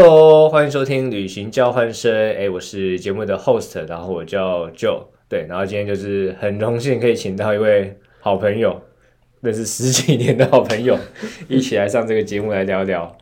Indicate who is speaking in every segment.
Speaker 1: Hello，欢迎收听旅行交换生。哎，我是节目的 host，然后我叫 Joe。对，然后今天就是很荣幸可以请到一位好朋友，认识十几年的好朋 友，一起来上这个节目来聊聊。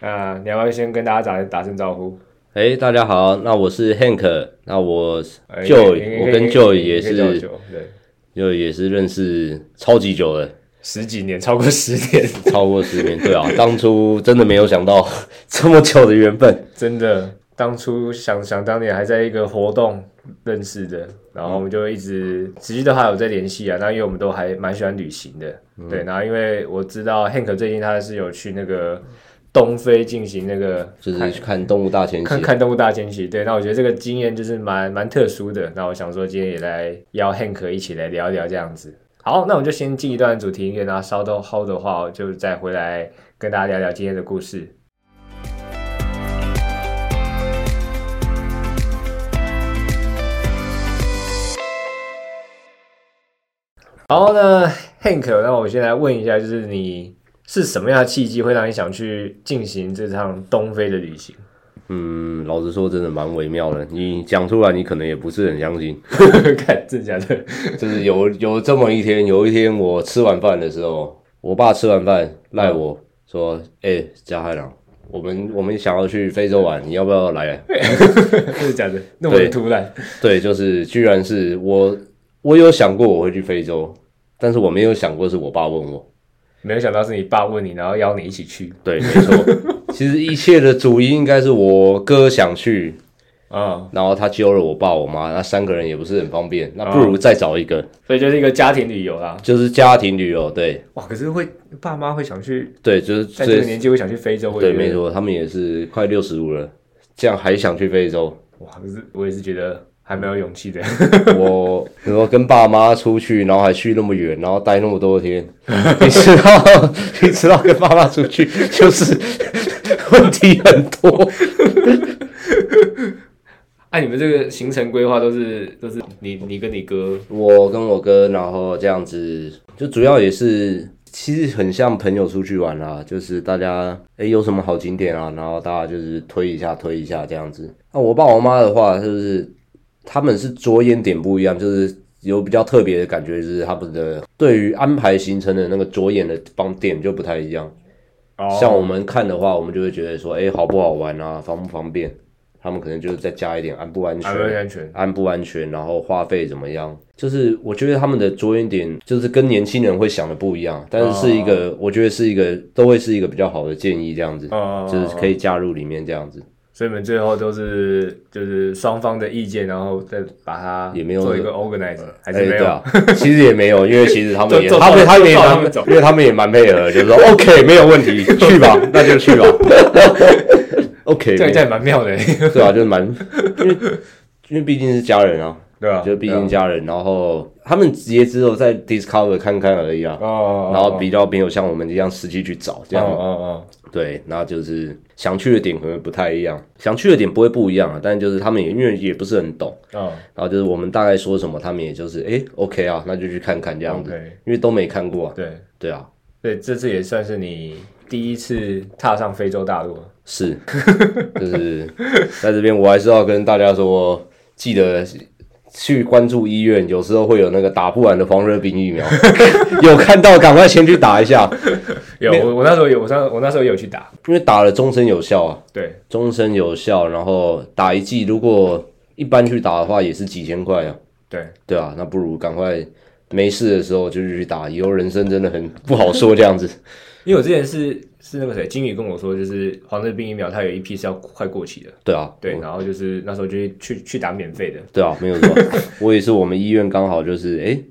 Speaker 1: 啊、你要不要先跟大家打打声招呼？
Speaker 2: 哎、大家好，那我是 Hank，那我
Speaker 1: 哎
Speaker 2: Joe，
Speaker 1: 你可以你可以
Speaker 2: 我
Speaker 1: 可以
Speaker 2: 跟
Speaker 1: 可以
Speaker 2: Joe
Speaker 1: 可以
Speaker 2: 也
Speaker 1: 可以叫
Speaker 2: 是
Speaker 1: Joe，对，
Speaker 2: 又也是认识超级久了，
Speaker 1: 十几年，超过十年，
Speaker 2: 超过十年， 对啊，当初真的没有想到 这么久的缘分，
Speaker 1: 真的，当初想想当年还在一个活动认识的，然后我们就一直持续都还有在联系啊。那因为我们都还蛮喜欢旅行的，
Speaker 2: 嗯
Speaker 1: 对。然后因为我知道 Hank 最近他是有去那个东非进行那个
Speaker 2: 就是去看《动物大迁徙
Speaker 1: 看》，看动物大迁徙，对。那我觉得这个经验就是蛮蛮特殊的。那我想说今天也来邀 Hank 一起来聊一聊这样子。好，那我们就先进一段主题音乐，然后稍等后的话，我就再回来跟大家聊聊今天的故事。好，那 Hank，那我先来问一下，就是你是什么样的契机会让你想去进行这趟东非的旅行？
Speaker 2: 嗯，老实说，真的蛮微妙的，你讲出来，你可能也不是很相信，
Speaker 1: 看，真假的？
Speaker 2: 就是有有这么一天，有一天我吃完饭的时候，我爸吃完饭赖我说，哎、加海郎，我们我们想要去非洲玩，你要不要来？
Speaker 1: 真的假的？那
Speaker 2: 对
Speaker 1: 么突然，
Speaker 2: 对，就是居然是我，我有想过我会去非洲，但是我没有想过是我爸问我。
Speaker 1: 没有想到是你爸问你，然后邀你一起去
Speaker 2: 对，没错，其实一切的主因应该是我哥想去，
Speaker 1: 啊、
Speaker 2: 然后他揪了我爸我妈，那三个人也不是很方便，那不如再找一个，
Speaker 1: 所以就是一个家庭旅游啦。
Speaker 2: 就是家庭旅游。对
Speaker 1: 哇，可是会爸妈会想去，
Speaker 2: 对，就是
Speaker 1: 在这个
Speaker 2: 这
Speaker 1: 年纪会想去非洲，我
Speaker 2: 对，
Speaker 1: 觉得
Speaker 2: 没。错，他们也是快六十五了，这样还想去非洲。
Speaker 1: 哇，可是我也是觉得还没有勇气的，
Speaker 2: 我 你说跟爸妈出去，然后还去那么远，然后待那么多天，你知道， 你知道跟爸妈出去就是问题很多。
Speaker 1: 哎、你们这个行程规划都是都是你你跟你哥
Speaker 2: 我跟我哥，然后这样子，就主要也是其实很像朋友出去玩啦，就是大家诶有什么好景点啊，然后大家就是推一下推一下这样子。那、我爸我妈的话，就是他们是着眼点不一样，就是有比较特别的感觉，就是他们的对于安排行程的那个着眼的方点就不太一样。
Speaker 1: 哦
Speaker 2: 像我们看的话，我们就会觉得说，哎、好不好玩啊，方不方便？他们可能就是再加一点安不安全，啊
Speaker 1: 安全安全，
Speaker 2: 安不安全，然后花费怎么样？就是我觉得他们的着眼点就是跟年轻人会想的不一样，但是是一个、我觉得是一个都会是一个比较好的建议，这样子、
Speaker 1: 哦
Speaker 2: 就是可以加入里面这样子，
Speaker 1: 所以你们最后都是就是双方的意见，然后再把它
Speaker 2: 也没有
Speaker 1: 做一个 organize，、还是
Speaker 2: 哎
Speaker 1: 没有、
Speaker 2: 对啊，其实也没有，因为其实 他们也
Speaker 1: 就就
Speaker 2: 他们
Speaker 1: 就
Speaker 2: 他们也
Speaker 1: 就照
Speaker 2: 蛮
Speaker 1: 他们走
Speaker 2: 因为他们也蛮配合的，就是说 OK 没有问题，去吧，那就去吧 ，OK
Speaker 1: 这个
Speaker 2: 没
Speaker 1: 这样也蛮妙的，
Speaker 2: 对啊，就是蛮因为因为毕竟是家人啊，
Speaker 1: 对吧、啊？
Speaker 2: 就毕
Speaker 1: 对
Speaker 2: 竟
Speaker 1: 啊
Speaker 2: 家人，然后他们也只有在 Discover 看看而已啊。
Speaker 1: 哦哦，哦
Speaker 2: 然后比较没有像我们一样实际去找这
Speaker 1: 哦
Speaker 2: 样，
Speaker 1: 哦
Speaker 2: 对，那就是想去的点可能不太一样，想去的点不会不一样啊，但就是他们也因为也不是很懂，
Speaker 1: 哦哦
Speaker 2: 然后就是我们大概说什么，他们也就是诶 OK 啊，那就去看看这样子，
Speaker 1: ，OK，
Speaker 2: 因为都没看过啊，
Speaker 1: 对。
Speaker 2: 对啊，
Speaker 1: 对，这次也算是你第一次踏上非洲大陆了。
Speaker 2: 是， 就是在这边我还是要跟大家说，记得。去关注医院，有时候会有那个打不完的黄热病疫 苗， 有看到赶快先去打一下，
Speaker 1: 有我我那时候有，我上我那时候有去打。
Speaker 2: 因为打了终身有效啊。
Speaker 1: 对，
Speaker 2: 终身有效，然后打一剂，如果一般去打的话也是几千块啊，
Speaker 1: 对，
Speaker 2: 对啊，那不如赶快没事的时候就去打，以后人生真的很不好说这样子。
Speaker 1: 因为我之前是是那个谁，金宇跟我说，就是黄热病疫苗，它有一批是要快过期的。
Speaker 2: 对啊，
Speaker 1: 对，
Speaker 2: 我
Speaker 1: 然后就是那时候就去去打免费的。
Speaker 2: 对啊，没有错，我也是我们医院刚好就是诶，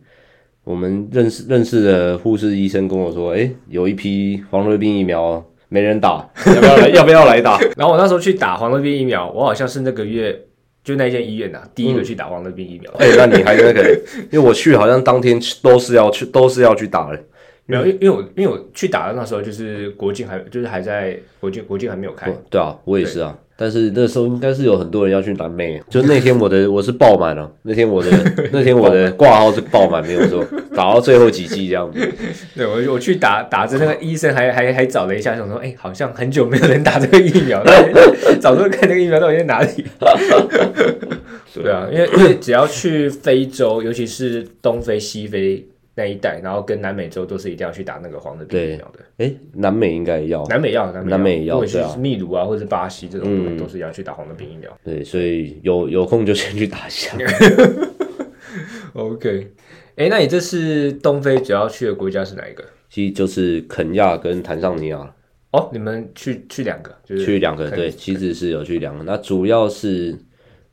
Speaker 2: 我们认识认识的护士医生跟我说，诶，有一批黄热病疫苗没人打，要不要来？要不要来打？
Speaker 1: 然后我那时候去打黄热病疫苗，我好像是那个月就那间医院呐、啊第一个去打黄热病疫苗。
Speaker 2: 哎、那你还那个，因为我去好像当天都是要去都是要去打的，
Speaker 1: 没有，因为因为我因为我去打的那时候就是国境还就是还在国境国境还没有开，
Speaker 2: 哦对啊，我也是啊，但是那时候应该是有很多人要去南美，就那天我的 我是爆满了、那天我的那天我的挂号是爆满，没有错，打到最后几季这样子。
Speaker 1: 对我我去打打着那个医生还还还找了一下，想说哎、好像很久没有人打这个疫苗了，早知道看那个疫苗到底在哪里。对啊，因为因为只要去非洲，尤其是东非、西非那一带，然后跟南美洲都是一定要去打那个黄的病疫苗的。
Speaker 2: 哎、南美应该也要，
Speaker 1: 南美要，南美
Speaker 2: 南美要
Speaker 1: 或者
Speaker 2: 对啊
Speaker 1: 是秘鲁啊，或者是巴西这种，
Speaker 2: 嗯
Speaker 1: 都是要去打黄的病疫苗。
Speaker 2: 对，所以有有空就先去打一下。
Speaker 1: OK，哎、那你这次东非主要去的国家是哪一个？
Speaker 2: 其实就是肯亚跟坦桑尼亚
Speaker 1: 哦，你们去去两个，就是
Speaker 2: 去两个，
Speaker 1: 肯
Speaker 2: 对，其实是有去两个。那主要是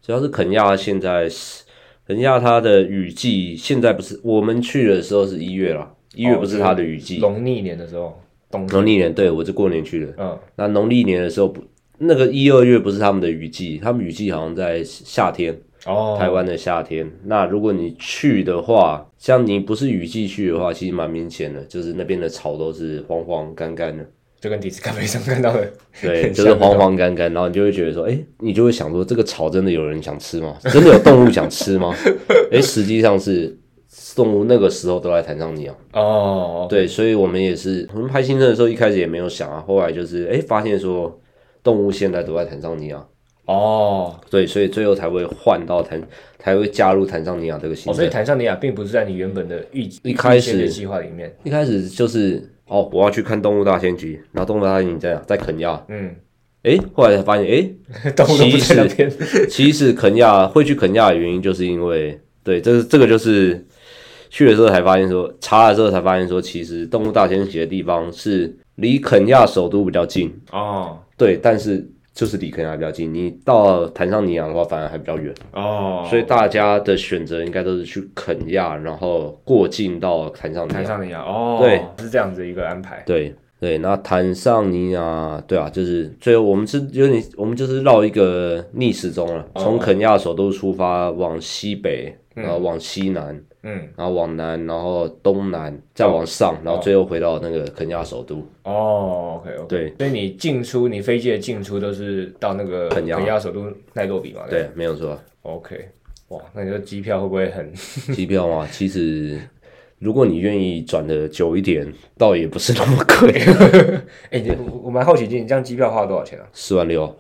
Speaker 2: 主要是肯亚现在是肯亚它的雨季现在不是我们去的时候是一月啦，一月
Speaker 1: 哦
Speaker 2: 不是
Speaker 1: 对
Speaker 2: 它的雨季。
Speaker 1: 农历年的时候，冬天
Speaker 2: 农历年对我是过年去的，
Speaker 1: 嗯，
Speaker 2: 那农历年的时候不那个一二月不是他们的雨季，他们雨季好像在夏天，
Speaker 1: 哦，
Speaker 2: 台湾的夏天。那如果你去的话，像你不是雨季去的话，其实蛮明显的，就是那边的草都是黄黄干干的，
Speaker 1: 就跟 Discovery 上看到的，
Speaker 2: 对，
Speaker 1: 很
Speaker 2: 就
Speaker 1: 像
Speaker 2: 是黄黄干干，然后你就会觉得说，哎、你就会想说，这个草真的有人想吃吗？真的有动物想吃吗？ 哎、实际上是动物那个时候都来谈上你啊。
Speaker 1: 哦，
Speaker 2: 对，所以我们也是，我们拍新生的时候一开始也没有想啊，后来就是哎、诶发现说动物现在都在坦桑尼亚，
Speaker 1: 哦，
Speaker 2: 对，所以最后才会换到坦，才会加入坦桑尼亚这个新
Speaker 1: 哦，所
Speaker 2: 生。
Speaker 1: 以坦桑尼亚并不是在你原本的预
Speaker 2: 一开始
Speaker 1: 预先的计划里面，
Speaker 2: 一开始就是哦，我要去看动物大迁徙，然后动物大迁徙在哪在肯亚，
Speaker 1: 嗯，
Speaker 2: 哎、后来才发现，哎、
Speaker 1: 动物都不在那边，
Speaker 2: 其实肯亚会去肯亚的原因，就是因为对，这是这个就是去的时候才发现说，查的时候才发现说，其实动物大迁徙的地方是离肯亚首都比较近，
Speaker 1: 哦
Speaker 2: 对，但是就是离肯亚比较近，你到坦桑尼亚的话反而还比较远，
Speaker 1: 哦，
Speaker 2: 所以大家的选择应该都是去肯亚，然后过境到坦桑尼
Speaker 1: 坦
Speaker 2: 亚。
Speaker 1: 桑尼亚，哦，
Speaker 2: 对，
Speaker 1: 是这样子一个安排，
Speaker 2: 对对，那坦桑尼亚，对啊，就是最后我们是有点，我们就是绕一个逆时钟了，
Speaker 1: 哦
Speaker 2: 从肯亚首都出发，往西北，然后往西南，
Speaker 1: 嗯，
Speaker 2: 然后往南，然后东南，再往上，然后最后回到那个肯亚首都。
Speaker 1: 哦，OK OK，
Speaker 2: 对
Speaker 1: 所以你进出你飞机的进出都是到那个
Speaker 2: 肯亚
Speaker 1: 首都奈洛比嘛，
Speaker 2: 对，没有错。
Speaker 1: ，OK，哇，那你的机票会不会很
Speaker 2: 机票嘛，其实如果你愿意转的久一点，倒也不是那么 贵，
Speaker 1: 哎、你我我蛮好奇，你这样机票花了多少钱啊？
Speaker 2: 四万六，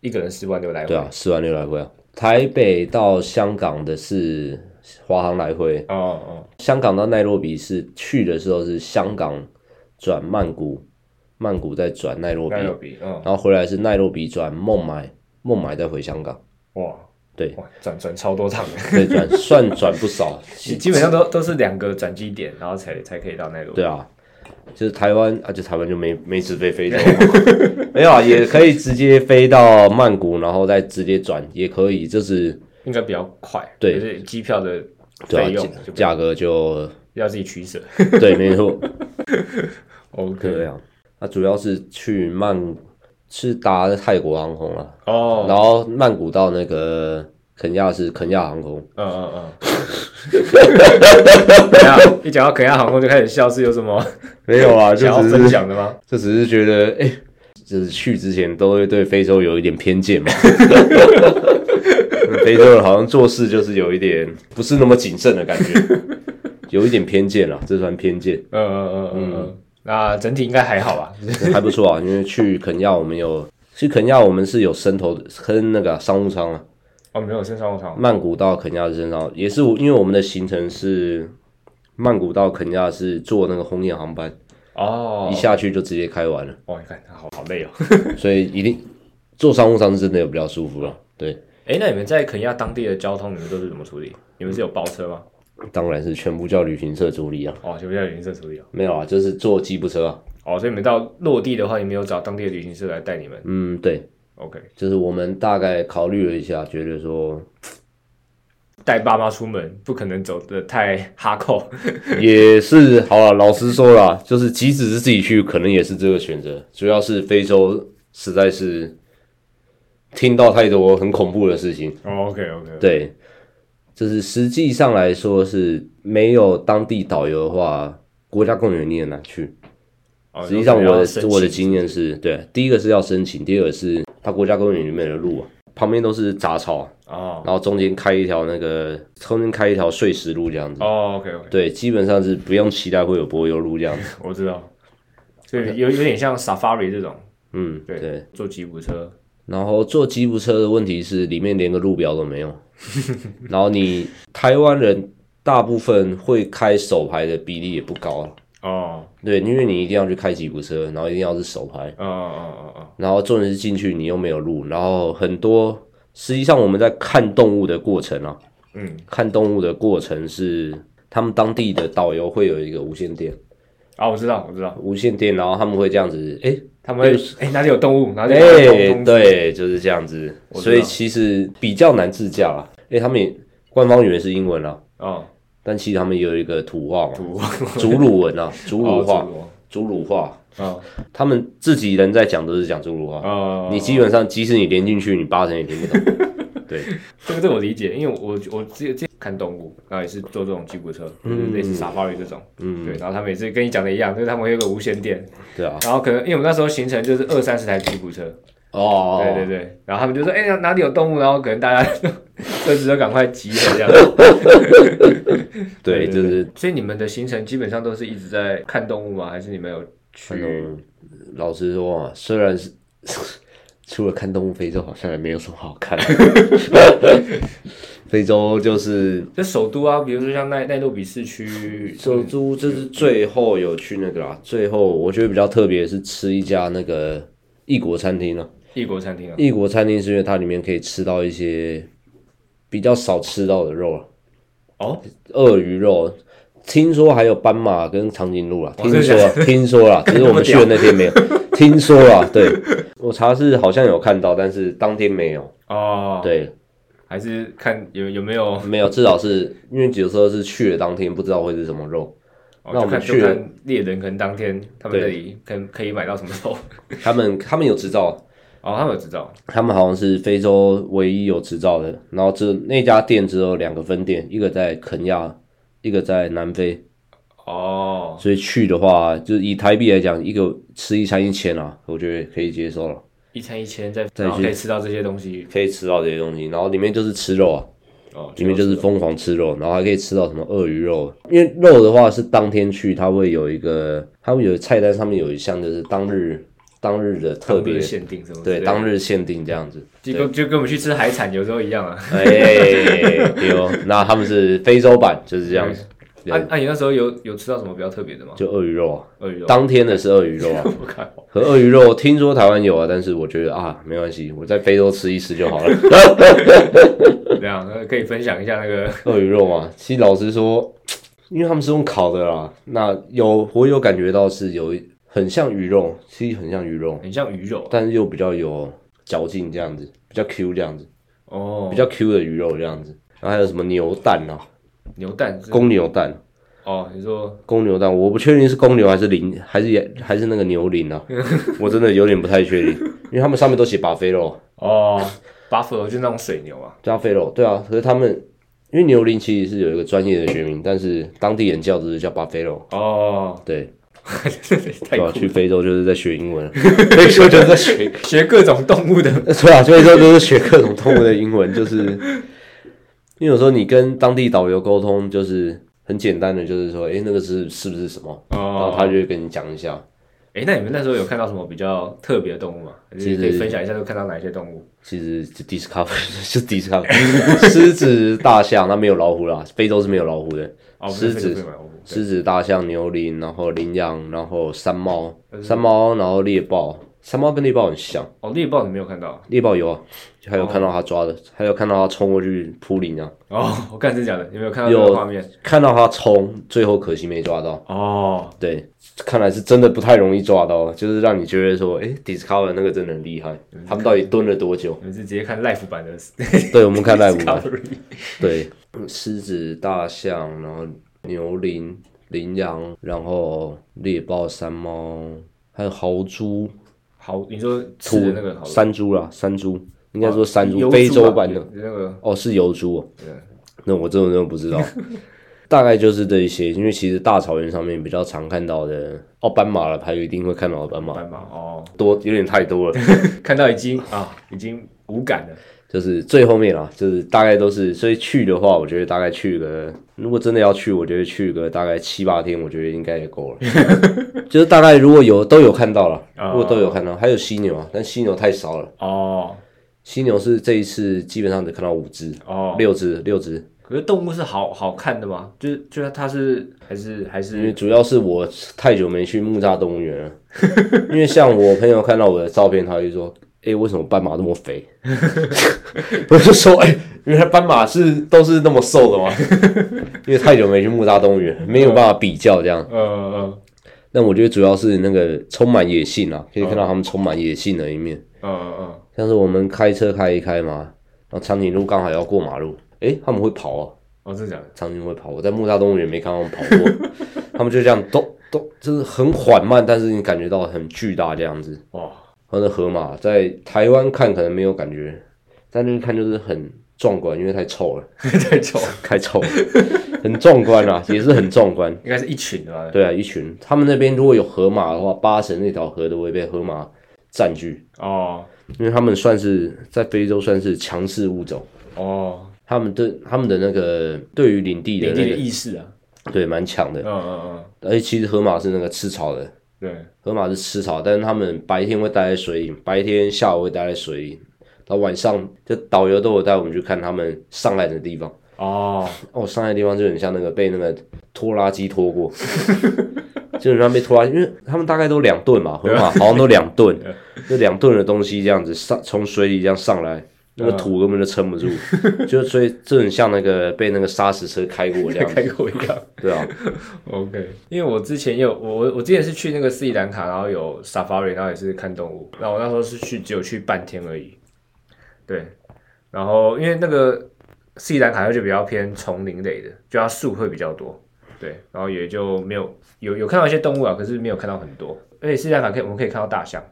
Speaker 1: 一个人四万六来回。
Speaker 2: 对啊，四万六来回啊。台北到香港的是华航来回，
Speaker 1: 哦哦，
Speaker 2: 香港到奈洛比是去的时候是香港转曼谷，曼谷再转奈洛比，
Speaker 1: 那有比，嗯，
Speaker 2: 然后回来是奈洛比转孟买，孟买再回香港，
Speaker 1: 哇，
Speaker 2: 对
Speaker 1: 哇，转转超多趟的，
Speaker 2: 对，转 算转不少，
Speaker 1: 基基本上都都是两个转机点，然后才才可以到那个。
Speaker 2: 对啊，就是台湾啊，就台湾就没没直飞 飞到，没有啊，也可以直接飞到曼谷，然后再直接转也可以，就是
Speaker 1: 应该比较快。
Speaker 2: 对
Speaker 1: 就是机票的
Speaker 2: 对
Speaker 1: 费
Speaker 2: 啊，
Speaker 1: 用
Speaker 2: 价
Speaker 1: 就
Speaker 2: 价格就
Speaker 1: 要自己取舍。
Speaker 2: 对，没错，对
Speaker 1: OK，
Speaker 2: 啊，那主要是去曼是搭泰国航空啊，
Speaker 1: 哦，
Speaker 2: 然后曼谷到那个肯亚是肯亚航空，
Speaker 1: 嗯嗯嗯。等一下一讲到肯亚航空就开始笑，是有什么
Speaker 2: 没有 啊，
Speaker 1: 想要分享的 吗？
Speaker 2: 就只是觉得，哎、就是去之前都会对非洲有一点偏见 嘛。非洲人好像做事就是有一点不是那么谨慎的感 觉，有一点偏见啦，这算偏见，
Speaker 1: 嗯嗯嗯嗯嗯。那整体应该还好吧？
Speaker 2: 还不错啊。因为去肯亚我们有去肯亚我们是有升头跟那个商务舱啊，
Speaker 1: 哦，没有升商务舱。
Speaker 2: 曼谷到肯亚的升舱也是我因为我们的行程是曼谷到肯亚是坐那个红眼航班，
Speaker 1: 哦
Speaker 2: 一，下去就直接开完了。
Speaker 1: 哇，你看他好好累哦。
Speaker 2: 所以一定坐商务舱是真的有比较舒服了。对，
Speaker 1: 哎，那你们在肯亚当地的交通，你们都是怎么处理？你们是有包车吗？
Speaker 2: 当然是全部叫旅行社助理啊。
Speaker 1: 哦，全部叫旅行社处理哦。
Speaker 2: 没有啊，就是坐吉普车啊。
Speaker 1: 哦，所以你们到落地的话，你们有找当地的旅行社来带你们。
Speaker 2: 嗯，对，
Speaker 1: OK，
Speaker 2: 就是我们大概考虑了一下，觉得说
Speaker 1: 带爸妈出门不可能走的太哈扣。
Speaker 2: 也是好了。老实说啦，就是即使是自己去，可能也是这个选择。主要是非洲实在是听到太多很恐怖的事情，
Speaker 1: 哦，OK，OK，
Speaker 2: 对，就是实际上来说是没有当地导游的话，国家公园你也难去。
Speaker 1: 哦
Speaker 2: 实际上，我
Speaker 1: 有
Speaker 2: 的
Speaker 1: 可能要
Speaker 2: 我的
Speaker 1: 申请
Speaker 2: 经验是对，第一个是要申请，第二个是它国家公园里面的路啊，旁边都是杂草，
Speaker 1: 哦
Speaker 2: 然后中间开一条那个中间开一条碎石路这样子。
Speaker 1: 哦，OK OK，
Speaker 2: 对，基本上是不用期待会有柏油路这样 子。
Speaker 1: 我知道，所以有有点像 Safari 这种，
Speaker 2: 嗯，
Speaker 1: 对
Speaker 2: 对。
Speaker 1: 坐吉普车，
Speaker 2: 然后坐吉普车的问题是里面连个路标都没有， 然后你台湾人大部分会开手牌的比例也不高啊。
Speaker 1: 哦
Speaker 2: 对，因为你一定要去开吉普车，然后一定要是手牌，
Speaker 1: 哦哦哦
Speaker 2: 然后重点是进去你又没有路，然后很多实际上我们在看动物的过程啊，
Speaker 1: 哦，嗯，
Speaker 2: 看动物的过程是他们当地的导游会有一个无线电，
Speaker 1: 啊，我知道我知道，
Speaker 2: 无线电，然后他们会这样子，诶，
Speaker 1: 他们
Speaker 2: 就
Speaker 1: 哎哪里有动物，哪里
Speaker 2: 对
Speaker 1: 有动物，
Speaker 2: 对，就是这样子，
Speaker 1: 我知道
Speaker 2: 所以其实比较难自驾啦，因为他们也官方语言是英文啊，
Speaker 1: 哦，
Speaker 2: 但其实他们也有一个土话嘛，
Speaker 1: 土
Speaker 2: 祖鲁文啊，祖鲁话，
Speaker 1: 哦
Speaker 2: 祖鲁话，
Speaker 1: 祖鲁，
Speaker 2: 他们自己人在讲都是讲祖鲁
Speaker 1: 哦
Speaker 2: 话，
Speaker 1: 哦，
Speaker 2: 你基本上即使你连进去，你八成也听不 懂。
Speaker 1: 这个这个我理解，因为我我之前看动物，然后也是坐这种吉普车，就是类似 Safari 这种，
Speaker 2: 嗯，
Speaker 1: 对，然后他们也是跟你讲的一样，就是他们会有个无线电，
Speaker 2: 对啊，
Speaker 1: 然后可能因为我们那时候行程就是二三十台吉普车，
Speaker 2: 哦，
Speaker 1: 对对对，然后他们就说，哎、哪里有动物，然后可能大家 车子就赶快集合这样，
Speaker 2: 对就是
Speaker 1: 所以你们的行程基本上都是一直在看动物吗？还是你们有
Speaker 2: 那
Speaker 1: 去？
Speaker 2: 种老实说啊，虽然是 除了看动物，非洲好像也没有什么好看。 非洲就是
Speaker 1: 就首都啊，比如说像奈奈洛比市区，
Speaker 2: 首都就是最后有去那个啦，最后我觉得比较特别是吃一家那个异国餐厅啊。
Speaker 1: 异国餐厅啊，
Speaker 2: 异国餐厅是因为它里面可以吃到一些比较少吃到的肉啊，
Speaker 1: 哦，
Speaker 2: 鳄鱼肉，听说还有斑马跟长颈鹿啦，
Speaker 1: 哇
Speaker 2: 听说啊听说啦，只是我们去的那天没有，听说啦，对我查是好像有看到，但是当天没有，
Speaker 1: 哦，，
Speaker 2: 对，
Speaker 1: 还是看有有没有，
Speaker 2: 没有，至少是因为有时候是去了当天不知道会是什么肉，
Speaker 1: 哦、
Speaker 2: 那我
Speaker 1: 就看
Speaker 2: 们
Speaker 1: 就
Speaker 2: 去
Speaker 1: 看猎人可能当天他们
Speaker 2: 对
Speaker 1: 那里可能可以买到什么肉，
Speaker 2: 他们他们有执照，
Speaker 1: 哦，他们有知道，
Speaker 2: 他们好像是非洲唯一有执照的。然后这那家店只有两个分店，一个在肯亚，一个在南非。
Speaker 1: 哦，
Speaker 2: 所以去的话，就是以台币来讲，一个吃一餐一千啊，我觉得可以接受了，
Speaker 1: 一餐一千再，
Speaker 2: 再
Speaker 1: 然后
Speaker 2: 去
Speaker 1: 可以吃到这些东西，
Speaker 2: 可以吃到这些东西。然后里面就是吃肉啊，
Speaker 1: 哦，
Speaker 2: 里面就是疯狂吃肉，然后还可以吃到什么鳄鱼肉，因为肉的话是当天去，它会有一个，它会有菜单上面有一项就是当日当日的特
Speaker 1: 特别
Speaker 2: 别，
Speaker 1: 限定什么之类
Speaker 2: 对，
Speaker 1: 的，
Speaker 2: 当日限定 这样子。
Speaker 1: 就跟就跟我们去吃海产有时候一样啊。
Speaker 2: 哎，对哦，那他们是非洲版就是这样子，对
Speaker 1: 啊啊，你那时候有有吃到什么比较特别的吗？
Speaker 2: 就鳄鱼肉啊，
Speaker 1: 鳄鱼肉？
Speaker 2: 当天的是鳄鱼肉啊，
Speaker 1: 我靠，
Speaker 2: 和鳄鱼肉听说台湾有啊，但是我觉得啊没关系，我在非洲吃一吃就好了。
Speaker 1: 这样呃可以分享一下那个
Speaker 2: 鳄鱼肉嘛，其实老实说，因为他们是用烤的啦，那有我有感觉到是有一很像鱼肉，其实很像鱼肉，
Speaker 1: 很像鱼肉啊
Speaker 2: 但是又比较有嚼劲这样子，比较 Q 这样子，
Speaker 1: 哦，
Speaker 2: 比较 Q 的鱼肉这样子。然后还有什么牛蛋啊，
Speaker 1: 牛蛋是
Speaker 2: 公牛蛋，
Speaker 1: 哦，你说
Speaker 2: 公牛蛋，我不确定是公牛还是羚，还是还是那个牛羚啊，我真的有点不太确定，因为他们上面都写巴菲肉，
Speaker 1: 哦，巴菲罗就那种水牛啊，
Speaker 2: 加菲肉，对啊，可是他们因为牛羚其实是有一个专业的学名，但是当地人叫这是叫巴菲肉，
Speaker 1: 哦，
Speaker 2: 对，
Speaker 1: 太
Speaker 2: 对啊，
Speaker 1: 酷，
Speaker 2: 去非洲就是在学 英文，啊非洲就是在学，
Speaker 1: 学各种动物的
Speaker 2: 对啊，非洲就是学各种动物的英文， 就是因为有时候你跟当地导游沟通，就是很简单的，就是说，诶，那个是是不是什么，然后
Speaker 1: 哦。
Speaker 2: 他就会跟你讲一下。
Speaker 1: 哎，那你们那时候有看到什么比较特别的动物吗？还是
Speaker 2: 其实
Speaker 1: 可以分享一下，都看到哪些动物？
Speaker 2: 其实就 discover 就 discover 狮子、大象，那没有老虎啦，非洲是没有老虎的。
Speaker 1: 哦，不
Speaker 2: 狮
Speaker 1: 是
Speaker 2: 子
Speaker 1: 非洲蛮多对
Speaker 2: 狮子、大象、牛羚，然后羚羊，然后山猫，
Speaker 1: 嗯
Speaker 2: 山猫，然后猎豹，山猫跟猎豹很像，
Speaker 1: 哦，猎豹你没有看到
Speaker 2: 猎豹有啊，还有看到它抓的，还有看到它冲过去扑羚啊，
Speaker 1: 哦？我看真的假的，你没有看到这
Speaker 2: 有
Speaker 1: 个画面
Speaker 2: 看到它冲，最后可惜没抓到。
Speaker 1: 哦？
Speaker 2: 对，看来是真的不太容易抓到，就是让你觉得说，诶 d i s c o v e r 那个真的很厉害，他们到底蹲了多久？
Speaker 1: 你们是直接看 l i f e 版的
Speaker 2: 对，我们看 赖五。
Speaker 1: Discovery
Speaker 2: 对，狮子、大象，然后牛羚、羚羊，然后猎豹、山猫，还有豪猪、
Speaker 1: 好，你说吃的那个好啊了，
Speaker 2: 山猪啦，山猪应该说山
Speaker 1: 油
Speaker 2: 猪，非
Speaker 1: 吧
Speaker 2: 洲版的
Speaker 1: 那个
Speaker 2: 哦，是油猪、哦
Speaker 1: 对。
Speaker 2: 那我真的真的不知道。大概就是这一些，因为其实大草原上面比较常看到的，哦，斑马了，还有一定会看到的斑马，
Speaker 1: 斑马哦，
Speaker 2: 多有点太多了，
Speaker 1: 看到已经啊，已经无感了。
Speaker 2: 就是最后面啦，就是大概都是，所以去的话，我觉得大概去个，如果真的要去，我觉得去个大概七八天，我觉得应该也够 了，就是大概如果有都有看到了，
Speaker 1: 啊
Speaker 2: 如果都有看到，还有犀牛啊，但犀牛太少了，
Speaker 1: 哦
Speaker 2: 犀牛是这一次基本上只看到五只，
Speaker 1: 哦，
Speaker 2: 六只，六只，
Speaker 1: 可是动物是好好看的吗？就是就是它是还是还
Speaker 2: 因为
Speaker 1: 是
Speaker 2: 主要是我太久没去木栅动物园了， 因为像我朋友看到我的照片，他就说：“诶，为什么斑马那么肥？” 我就说：“诶，原来斑马是都是那么瘦的吗？” 因为太久没去木栅动物园，没有办法比较这样。
Speaker 1: 呃呃
Speaker 2: 但我觉得主要是那个充满野性啊，可以看到他们充满野性的一面。
Speaker 1: 呃呃
Speaker 2: 像是我们开车开一开嘛，然后长颈鹿刚好要过马路，诶，他们会跑啊。
Speaker 1: 哦，真的假的？
Speaker 2: 长颈鹿会跑，我在木栅动物园没看到他 们跑过，他们就这样咚咚，就是很缓慢，但是你感觉到很巨大这样子。
Speaker 1: 哇，
Speaker 2: 然后那河马在台湾看可能没有感觉，在那边看就是很壮观，因为太臭了，
Speaker 1: 太丑，
Speaker 2: 太 臭了，很壮观啊，也是很壮观。
Speaker 1: 应该是一群的吧？
Speaker 2: 对啊，一群他们那边如果有河马的话，八成那条河都会被河马占据，
Speaker 1: 哦
Speaker 2: 因为他们算是在非洲算是强势物种，
Speaker 1: 哦，
Speaker 2: 他们对他们的那个对于领地的
Speaker 1: 领
Speaker 2: 那
Speaker 1: 地的
Speaker 2: 个
Speaker 1: 意识啊，
Speaker 2: 对蛮强的
Speaker 1: 嗯，嗯嗯，
Speaker 2: 而且哎其实河马是那个吃草的，
Speaker 1: 对，
Speaker 2: 河马是吃草，但是它们白天会待在水里，白天下午会待在水里，到晚上就导游都有带我们去看它们上岸的地方。
Speaker 1: 哦
Speaker 2: 哦，上岸的地方就很像那个被那个拖拉机拖过， 就很像被拖拉，因为他们大概都两吨嘛，河马好像都两吨，就两吨的东西这样子上从水里这样上来。那个土根本就撑不住，就所以这很像那个被那个砂石车开过这样，
Speaker 1: 开口一样。
Speaker 2: 对啊，
Speaker 1: OK，因为我之前有我我我之前是去那个斯里兰卡，然后有 safari，然后也是看动物。那我那时候是去只有去半天而已，对。然后因为那个斯里兰卡它就比较偏丛林类的，就它树会比较多，对。然后也就没有有有看到一些动物啊，可是没有看到很多。而且斯里兰卡可以我们可以看到大象，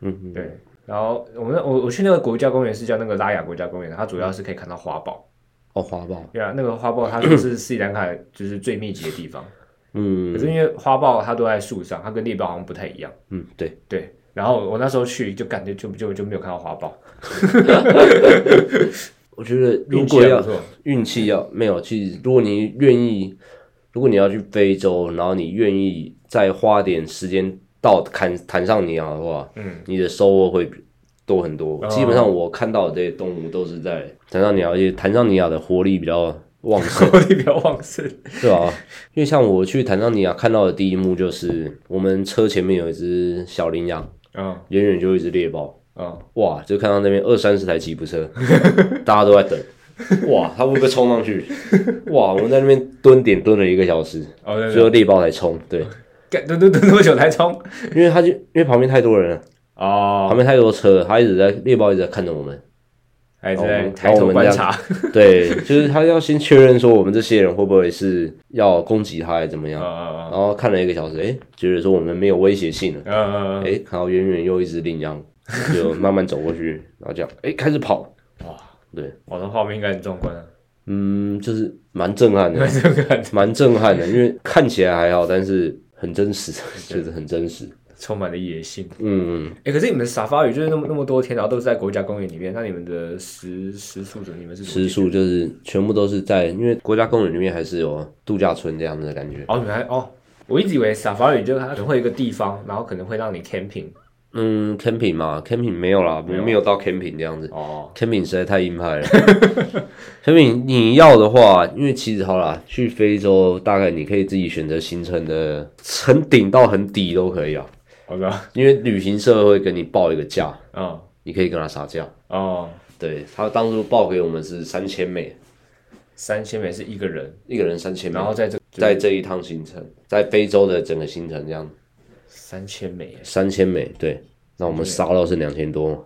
Speaker 2: 嗯嗯，
Speaker 1: 对。然后我们我我去那个国家公园是叫那个拉雅国家公园，它主要是可以看到花豹，
Speaker 2: 哦，花豹，
Speaker 1: 对啊，那个花豹它就是斯里兰卡就是最密集的地方。
Speaker 2: 嗯
Speaker 1: 可是因为花豹它都在树上，它跟猎豹好像不太一样。
Speaker 2: 嗯，对，
Speaker 1: 对，然后我那时候去就感觉就就就没有看到花豹，
Speaker 2: 我觉得如
Speaker 1: 运气
Speaker 2: 果
Speaker 1: 还不
Speaker 2: 要
Speaker 1: 错。
Speaker 2: 运气要没有，其实如果你愿意，如果你要去非洲，然后你愿意再花点时间到砍砍上你啊的话，
Speaker 1: 嗯，
Speaker 2: 你的收获会多很多。
Speaker 1: 哦
Speaker 2: 基本上我看到的这些动物都是在坦桑尼啊亚，而且坦桑尼亚的活力比较 旺盛，
Speaker 1: 活力比较旺盛。
Speaker 2: 对吧、因为像我去坦桑尼亚啊看到的第一幕就是，我们车前面有一只小羚羊，
Speaker 1: 嗯
Speaker 2: 远远就有一只猎豹，
Speaker 1: 嗯，
Speaker 2: 哇，就看到那边二三十台吉普车， 大家都在等。哇，他会不会冲上去？哇，我们在那边蹲点蹲了一个小时，
Speaker 1: 哦对
Speaker 2: 最
Speaker 1: 对
Speaker 2: 后猎豹才冲。对，
Speaker 1: 干，蹲蹲蹲多久才冲？
Speaker 2: 因为他就因为旁边太多人了，旁
Speaker 1: 哦，
Speaker 2: 边太多车了，他一直在猎豹一直在看着我们。
Speaker 1: 还
Speaker 2: 哦
Speaker 1: 在
Speaker 2: 然后
Speaker 1: 抬
Speaker 2: 我
Speaker 1: 头
Speaker 2: 们
Speaker 1: 观
Speaker 2: 这样
Speaker 1: 察。
Speaker 2: 对， 就是他要先确认说我们这些人会不会是要攻击他，还是怎么
Speaker 1: 嗯
Speaker 2: 样。
Speaker 1: 嗯
Speaker 2: 然后看了一个小时，诶，觉得说我们没有威胁性了
Speaker 1: 嗯，嗯嗯
Speaker 2: 诶，看到远远又一只羚羊，就慢慢走过去，然后这样，诶，开始跑。
Speaker 1: 嗯，哇，
Speaker 2: 对，
Speaker 1: 我的画面应该很壮观啊，
Speaker 2: 嗯，就是蛮震撼的。
Speaker 1: 这个感觉
Speaker 2: 蛮震撼的，因为看起来还好，但是很真实，就是很真实。
Speaker 1: 充满了野性。
Speaker 2: 嗯，
Speaker 1: 哎，可是你们沙发语就是那么那么多天，然后都是在国家公园里面，那你们的食食宿者，你们是多
Speaker 2: 吃
Speaker 1: 久？
Speaker 2: 素就是全部都是在，因为国家公园里面还是有度假村这样子的感觉。
Speaker 1: 哦，你们还哦，我一直以为 safari 就是它可能会有一个地方，然后可能会让你 camping。
Speaker 2: 嗯，camping 嘛，camping 没有啦，我们没有到 camping 这样子。
Speaker 1: 哦，
Speaker 2: camping 实在太硬派了。camping 你要的话，因为其实好啦，去非洲大概你可以自己选择行程的，很顶到很底都可以啊。
Speaker 1: 好的，
Speaker 2: 因为旅行社会跟你报一个价，
Speaker 1: 嗯，
Speaker 2: 你可以跟他杀价。
Speaker 1: 哦，
Speaker 2: 对他当初报给我们是三千美，
Speaker 1: 三千美是一个人，
Speaker 2: 一个人三千美，
Speaker 1: 然后在这
Speaker 2: 在这一趟行程，在非洲的整个行程这样
Speaker 1: 三千美，
Speaker 2: 三千美，对，那我们杀到是两千多嘛，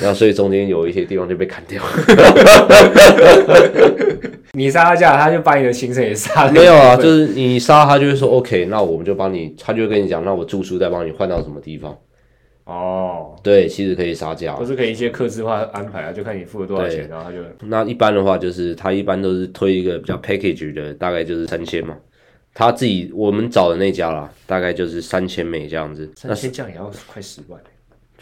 Speaker 2: 然后所以中间有一些地方就被砍 掉，
Speaker 1: 你杀他价，他就把你的行程也杀了。
Speaker 2: 没有啊，就是你杀他就会说 OK，那我们就帮你，他就会跟你讲，那我住宿再帮你换到什么地方，
Speaker 1: 哦，
Speaker 2: 对，其实可以杀价
Speaker 1: 都。哦是可以一些客制化安排啊，就看你付了多少钱，然后他就
Speaker 2: 那一般的话，就是他一般都是推一个比较 package 的，大概就是三千嘛。他自己我们找的那家啦，大概就是三千美这样子。
Speaker 1: 三千这样也要快十万、欸。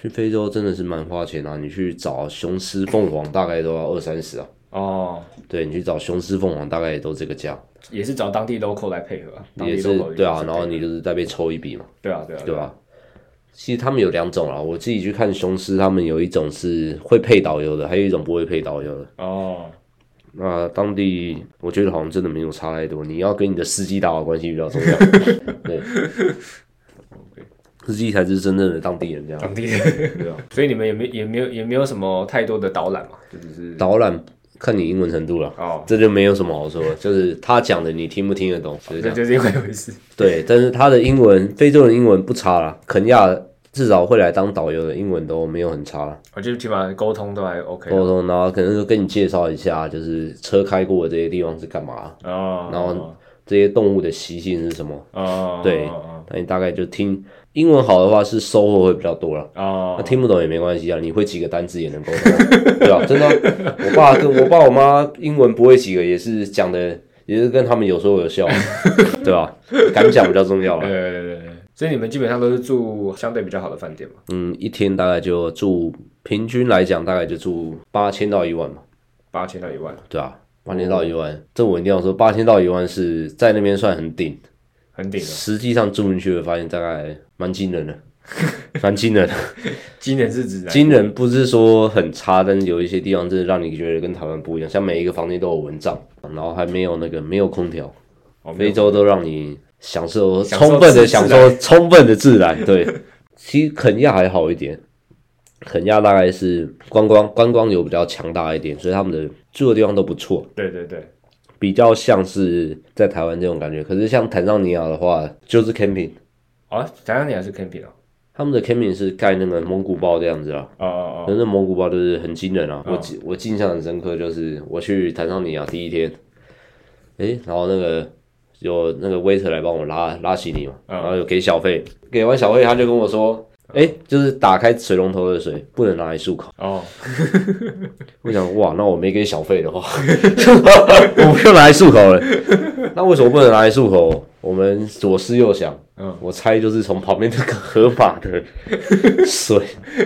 Speaker 2: 去非洲真的是蛮花钱啊，你去找雄狮凤凰大概都要二三十啊。
Speaker 1: 哦，
Speaker 2: 对你去找雄狮凤凰大概也都这个价，
Speaker 1: 也是找当地 local 来配合、啊，当
Speaker 2: 也
Speaker 1: 地
Speaker 2: 是
Speaker 1: local
Speaker 2: 对啊。
Speaker 1: 也是
Speaker 2: 然后你就是再被抽一笔嘛，
Speaker 1: 对啊对啊
Speaker 2: 对
Speaker 1: 啊
Speaker 2: 吧、其实他们有两种啊，我自己去看雄狮，他们有一种是会配导游的，还有一种不会配导游的。
Speaker 1: 哦，
Speaker 2: 那当地我觉得好像真的没有差太多，你要跟你的司机打好关系比较重要。对，司机才是真正的当地人，这样
Speaker 1: 当地
Speaker 2: 对啊。
Speaker 1: 所以你们也没也没有也没有什么太多的导览嘛，就只是
Speaker 2: 导览看你英文程度了，
Speaker 1: 哦，
Speaker 2: 这就没有什么好说的，就是他讲的你听不听得懂，就是这
Speaker 1: 这
Speaker 2: 样。
Speaker 1: 就是一回事。
Speaker 2: 对，但是他的英文，非洲人英文不差啦，肯亚至少会来当导游的英文都没有很差啦。
Speaker 1: 我觉得起码沟通都还 OK 啊
Speaker 2: 沟通，然后可能就跟你介绍一下，就是车开过的这些地方是干嘛，
Speaker 1: 哦，
Speaker 2: 然后这些动物的习性是什么。
Speaker 1: 哦，
Speaker 2: 对
Speaker 1: 哦
Speaker 2: 那你大概就听英文好的话是收获会比较多了。那
Speaker 1: 哦，
Speaker 2: 听不懂也没关系啊，你会几个单字也能沟通，对吧、真的啊、 我爸跟我爸我妈英文不会几个，也是讲的，也是跟他们有说有笑， 对吧、敢讲比较重要
Speaker 1: 对
Speaker 2: 了。
Speaker 1: 对对对对，所以你们基本上都是住相对比较好的饭店嘛？
Speaker 2: 嗯，一天大概就住，平均来讲大概就住八千到一万嘛，
Speaker 1: 八千到一万，
Speaker 2: 对啊，八千到一万，这我一定要说，八千到一万是在那边算很顶，
Speaker 1: 很顶啊了。
Speaker 2: 实际上住进去会发现大概蛮惊人的，蛮惊人的。
Speaker 1: 今年是指南，
Speaker 2: 惊人不是说很差，但是有一些地方真的让你觉得跟台湾不一样，像每一个房间都有蚊帐，然后还没有那个没有空调，
Speaker 1: 哦没有
Speaker 2: 非洲都让你享受
Speaker 1: 享受
Speaker 2: 充分的
Speaker 1: 自然
Speaker 2: 享受充分的自然。对，其实肯亚还好一点，肯亚大概是观光观光游比较强大一点，所以他们的住的地方都不错，
Speaker 1: 对对对，
Speaker 2: 比较像是在台湾这种感觉。可是像坦桑尼亚的话，就是 camping，
Speaker 1: 哦，台湾你还是 camping 哦，
Speaker 2: 他们的 camping 是盖那个蒙古包这样子啊。
Speaker 1: 哦哦
Speaker 2: 那那蒙古包就是很惊人啊！
Speaker 1: 嗯
Speaker 2: 我记我印象很深刻，就是我去坦桑尼亚啊第一天，诶，然后那个有那个 waiter 来帮我拉拉行李嘛，
Speaker 1: 嗯
Speaker 2: 然后有给小费，给完小费他就跟我说，诶，就是打开水龙头的水不能拿来漱口。
Speaker 1: 哦哦，
Speaker 2: 我想哇，那我没给小费的话， 我不用拿来漱口了。那为什么不能拿来漱口？我们左思右想，
Speaker 1: 嗯，
Speaker 2: 我猜就是从旁边那个 河马的水，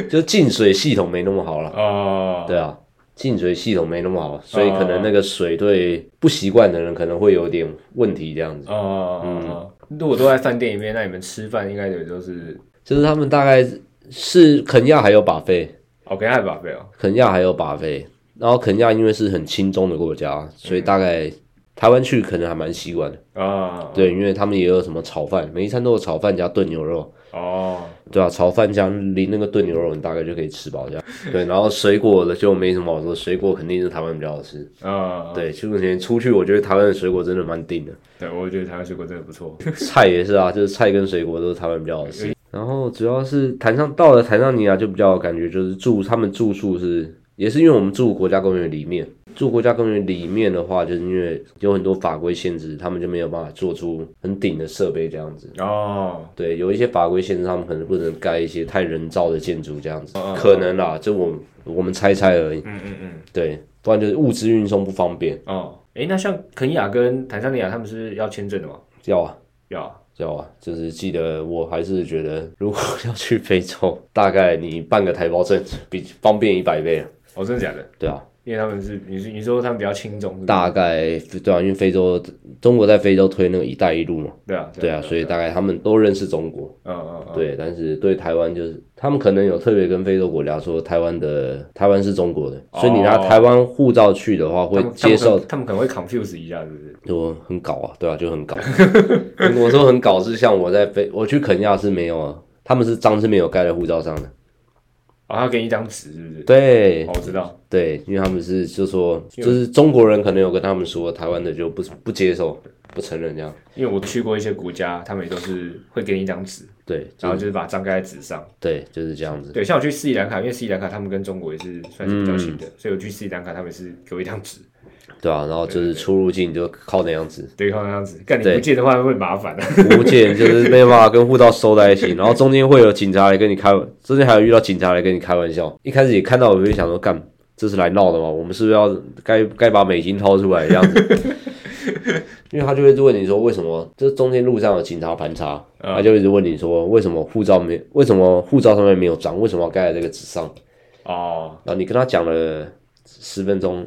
Speaker 2: 就进水系统没那么好了。
Speaker 1: 哦，
Speaker 2: 对啊，净水系统没那么好，所以可
Speaker 1: 哦
Speaker 2: 能那个水对不习惯的人可能会有点问题，这样子。
Speaker 1: 哦，嗯，如果都在饭店里面，那你们吃饭应该也都是
Speaker 2: 就是他们大概是肯亚还有把费，
Speaker 1: OK 还吧？没有，
Speaker 2: 肯亚还有把费，然后肯亚因为是很轻松的国家，所以大概台湾去可能还蛮习惯的。
Speaker 1: 啊，，
Speaker 2: 对，因为他们也有什么炒饭，每一餐都有炒饭加炖牛肉。
Speaker 1: 哦，
Speaker 2: 对啊，炒饭加淋那个炖牛肉，你大概就可以吃饱这样。对，然后水果的就没什么好说，水果肯定是台湾比较好吃。
Speaker 1: 啊，
Speaker 2: 对，去目前出去，我觉得台湾的水果真的蛮顶的。
Speaker 1: 对，我觉得台湾水果真的不错，
Speaker 2: 菜也是啊，就是菜跟水果都是台湾比较好吃。然后主要是谈上到了坦桑尼亚就比较有感觉，就是住他们住宿是也是因为我们住国家公园里面，住国家公园里面的话，就是因为有很多法规限制，他们就没有办法做出很顶的设备这样子。
Speaker 1: 哦，
Speaker 2: 对，有一些法规限制，他们可能不能盖一些太人造的建筑这样子
Speaker 1: 嗯嗯，
Speaker 2: 可能啦，这我我们猜猜而已。
Speaker 1: 嗯嗯嗯，
Speaker 2: 对，不然就是物资运送不方便。
Speaker 1: 哦，诶，那像肯亚跟坦桑尼亚他们是要签证的吗？
Speaker 2: 要啊，
Speaker 1: 要啊，
Speaker 2: 要啊，就是记得，我还是觉得，如果要去非洲，大概你办个台胞证比方便一百倍啊，
Speaker 1: 哦，真的假的？
Speaker 2: 对啊，
Speaker 1: 因为他们是你是你说他们比较轻松，是不是
Speaker 2: 大概对啊，因为非洲中国在非洲推那个“一带一路”嘛，
Speaker 1: 对啊，
Speaker 2: 对啊，所以大概他们都认识中国，
Speaker 1: 嗯嗯嗯，
Speaker 2: 对，但是对台湾就是他们可能有特别跟非洲国家说台湾的台湾是中国的，所以你拿
Speaker 1: 哦
Speaker 2: 台湾护照去的话，会
Speaker 1: 他们
Speaker 2: 接受
Speaker 1: 他们可能他们可能会 confuse 一下，是不是？
Speaker 2: 就很搞啊，对啊，就 很搞。我说很搞是像我在非我去肯亚是没有啊，他们是章是没有盖在护照上的。
Speaker 1: 哦，他给你一张纸，是不是？
Speaker 2: 对
Speaker 1: 哦，我知道，
Speaker 2: 对，因为他们是就说，就是中国人可能有跟他们说，台湾的就不不接受、不承认这样。
Speaker 1: 因为我去过一些国家，他们也都是会给你一张纸，
Speaker 2: 对
Speaker 1: 然后就是把它张盖在纸上。
Speaker 2: 对，就是这样子。
Speaker 1: 对，像我去
Speaker 2: 嗯
Speaker 1: 斯里兰卡，因为斯里兰卡他们跟中国也是算是比较近的，所以我去斯里兰卡，他们是给我一张纸，，
Speaker 2: 对啊，然后就是出入境就靠那样子
Speaker 1: 对抗这样子，干你
Speaker 2: 对
Speaker 1: 不借的话会麻烦的、
Speaker 2: 无界就是没办法跟护照收在一起，然后中间会有警察来跟你开，中间还有遇到警察来跟你开玩笑。一开始也看到我就想说，干这是来闹的吗？我们是不是要该该把美金掏出来的样子？因为他就会问你说为什么，这中间路上有警察盘查，
Speaker 1: 嗯
Speaker 2: 他就一直问你说为什么护照没，为什么护照上面没有章，为什么要盖在这个纸上？
Speaker 1: 哦，
Speaker 2: 然后你跟他讲了十分钟，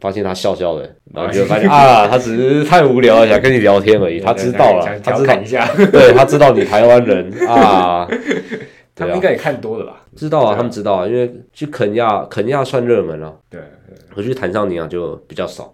Speaker 2: 发现他笑笑的，然后就发现啊，他只是太无聊了，想跟你聊天而已。他知道了，
Speaker 1: 想
Speaker 2: 他
Speaker 1: 调
Speaker 2: 知道
Speaker 1: 侃一， 下，
Speaker 2: 对他知道你台湾 人啊，
Speaker 1: 他
Speaker 2: 对
Speaker 1: 们应
Speaker 2: 啊，
Speaker 1: 该也看多了吧？
Speaker 2: 知道啊，他们知道啊，因为去肯亚，肯亚算热门啊，
Speaker 1: 对，
Speaker 2: 可去坦桑尼亚啊就比较少。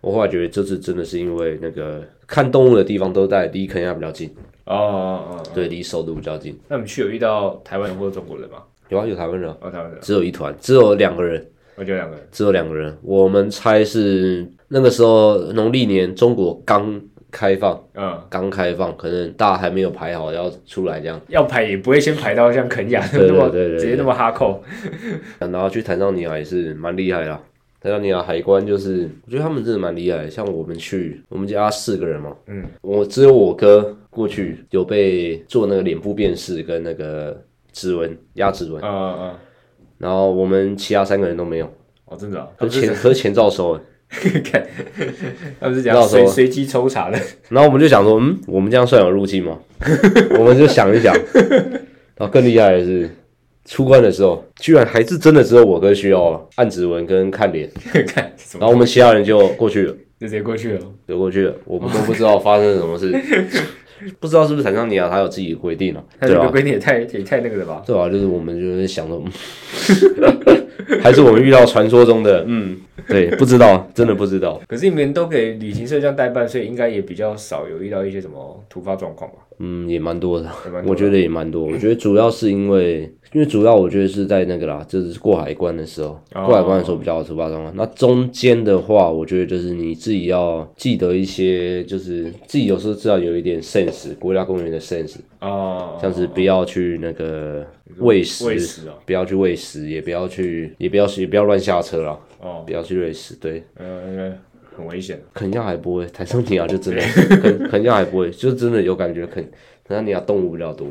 Speaker 2: 我后来觉得这次真的是因为那个看动物的地方都在离肯亚比较近，
Speaker 1: 哦哦哦，
Speaker 2: 对，离首都比较近。
Speaker 1: 那你们去有遇到台湾人或中国人吗？
Speaker 2: 有啊，有台湾人啊，
Speaker 1: 哦，台湾人，
Speaker 2: 只有一团，只有两个人，
Speaker 1: 我觉得两个人，
Speaker 2: 只有两个人，我们猜是那个时候农历年中国刚开放，
Speaker 1: 嗯，
Speaker 2: 刚开放，可能大家还没有排好要出来这样，
Speaker 1: 要排也不会先排到像肯雅
Speaker 2: 对
Speaker 1: 那么
Speaker 2: 对对对
Speaker 1: 直接那么哈扣，
Speaker 2: 然后去坦桑尼亚也是蛮厉害啦。坦桑尼亚海关就是，我觉得他们真的蛮厉害的。像我们去，我们家四个人嘛，
Speaker 1: 嗯，
Speaker 2: 我只有我哥过去有被做那个脸部辨识跟那个指纹压指纹
Speaker 1: 嗯，嗯嗯，
Speaker 2: 然后我们其他三个人都没有，
Speaker 1: 哦，真的哦，他
Speaker 2: 可
Speaker 1: 们
Speaker 2: 是
Speaker 1: 是
Speaker 2: 钱可是钱照收了。
Speaker 1: 他们是
Speaker 2: 不
Speaker 1: 讲
Speaker 2: 知道
Speaker 1: 随
Speaker 2: 说
Speaker 1: 随机抽查的，
Speaker 2: 然后我们就想说，嗯，我们这样算有入境吗？ 我们就想一想，然后更厉害的是，出关的时候，居然还是真的只有我哥需要按指纹跟看脸，
Speaker 1: 看什
Speaker 2: 然
Speaker 1: 么
Speaker 2: 后我们其他人就过去了，
Speaker 1: 就直接过去了，
Speaker 2: 就过去了，我们都不知道发生了什 么事，不知道是不是坦桑尼啊亚他有自己规定了、
Speaker 1: 他
Speaker 2: 对
Speaker 1: 这
Speaker 2: 吧、
Speaker 1: 个规定也太也太那个了吧？
Speaker 2: 对啊，就是我们就是想说，嗯 还是我们遇到传说中的，嗯，对，不知道，真的不知道，
Speaker 1: 可是你们都给旅行社这样代办，所以应该也比较少有遇到一些什么突发状况吧？
Speaker 2: 嗯，也蛮多的。
Speaker 1: 还蛮多的
Speaker 2: 我觉得也蛮多，我觉得主要是因为，因为主要我觉得是在那个啦，就是过海关的时候，
Speaker 1: 哦
Speaker 2: 过海关的时候比较有突发状况。那中间的话，我觉得就是你自己要记得一些，就是自己有时候知道有一点 sense，国家公园的 sense，
Speaker 1: 哦，
Speaker 2: 像是不要去那个哦喂食，
Speaker 1: 喂食哦，
Speaker 2: 不要去喂食，也不要去，也不要也不要乱下车啦，
Speaker 1: 哦，
Speaker 2: 不要去喂食，对。
Speaker 1: 呃，应该很危险。
Speaker 2: 肯亚还不会，坦桑尼亚就真 的肯肯亚还不会，就真的有感觉肯坦桑尼亚动物比较多，